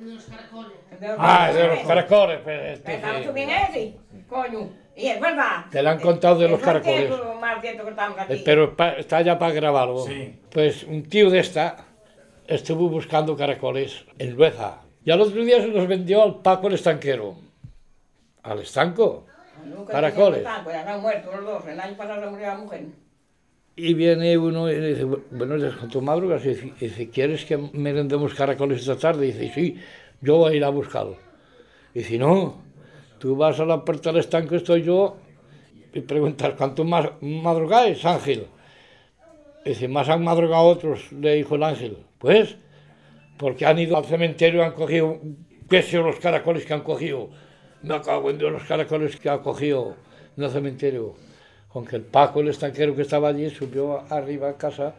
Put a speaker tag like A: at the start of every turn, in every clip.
A: de los caracoles.
B: Ah, de los caracoles. pero es que
C: Estamos
B: sí.
C: subiendo ese, coño. Y es verdad.
B: Te la han contado de los caracoles.
C: Más tiempo que estamos
B: Eh,
C: aquí.
B: Pero pa- está ya para grabarlo.
D: Sí.
B: Pues un tío de esta estuvo buscando caracoles en Lueza. Y al otro día se los vendió al Paco el estanquero. Al estanco.
C: Ah, Nunca
B: Caracoles.
C: tenía contacto, ya pues, han muerto los dos. El año pasado se murió la mujer.
B: Y viene uno y le dice, bueno, días con tu madrugas. Y dice- y dice, ¿quieres que merendemos caracoles esta tarde? Y dice, sí, yo voy a ir a buscarlo. Y dice, no, tú vas a la puerta del estanco, estoy yo. Y preguntas, ¿cuánto más madrugáis, Ángel? Y dice, más han madrugado otros, le dijo el ángel. Pues, porque han ido al cementerio y han cogido, qué sé yo, los caracoles que han cogido. Me cago en Dios, los caracoles que ha cogido en el cementerio. Aunque el Paco, el estanquero que estaba allí, subió arriba a casa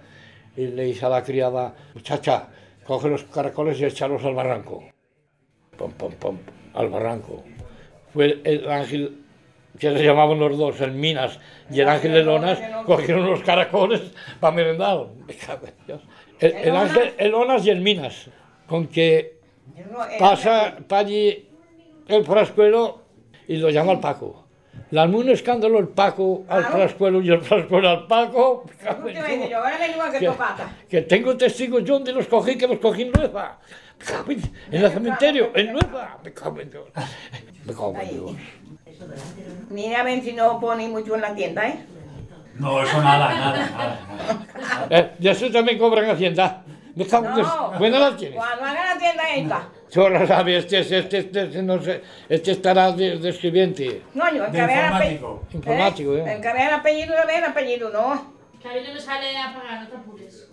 B: y le dice a la criada, muchacha, coge los caracoles y échalos al barranco. Pom, pom, pom, al barranco. Fue el, el ángel, que se llamaban los dos, el Minas y el ángel de Lonas, cogieron los caracoles para merendar. Me cago en Dios. El, el ángel, el Lonas y el Minas, con que
C: El no- el-
B: pasa para allí el frascuelo y lo llama el Paco. Le armó un escándalo el Paco al
C: Claro.
B: frascuelo y el frascuelo al Paco. Me
C: el
B: cago en
C: último dice
B: Dios.
C: yo, ahora le digo que
B: Que,
C: topata.
B: que tengo testigos yo donde los cogí, que los cogí en Nueva. Me cago en- En el cementerio, en Nueva. Me cago en Dios. Me cago en Dios.
C: Mira a ver si no pone mucho en la tienda, ¿eh?
D: No, eso nada, nada, nada. nada.
B: Eh, de eso también cobran Hacienda. Me cago en Dios.
C: No.
B: Buena la pues, tienes.
C: Cuando haga la tienda esta.
B: Yo lo sabía, este, este, este, este no sé, este estará de, de escribiente.
C: No, yo, el
D: De
C: que vea el
D: informático.
C: ape-
B: Informático, ¿eh?
C: El que vea el apellido, le vea el apellido, no.
E: Que a mí no me sale a pagar, no te apures.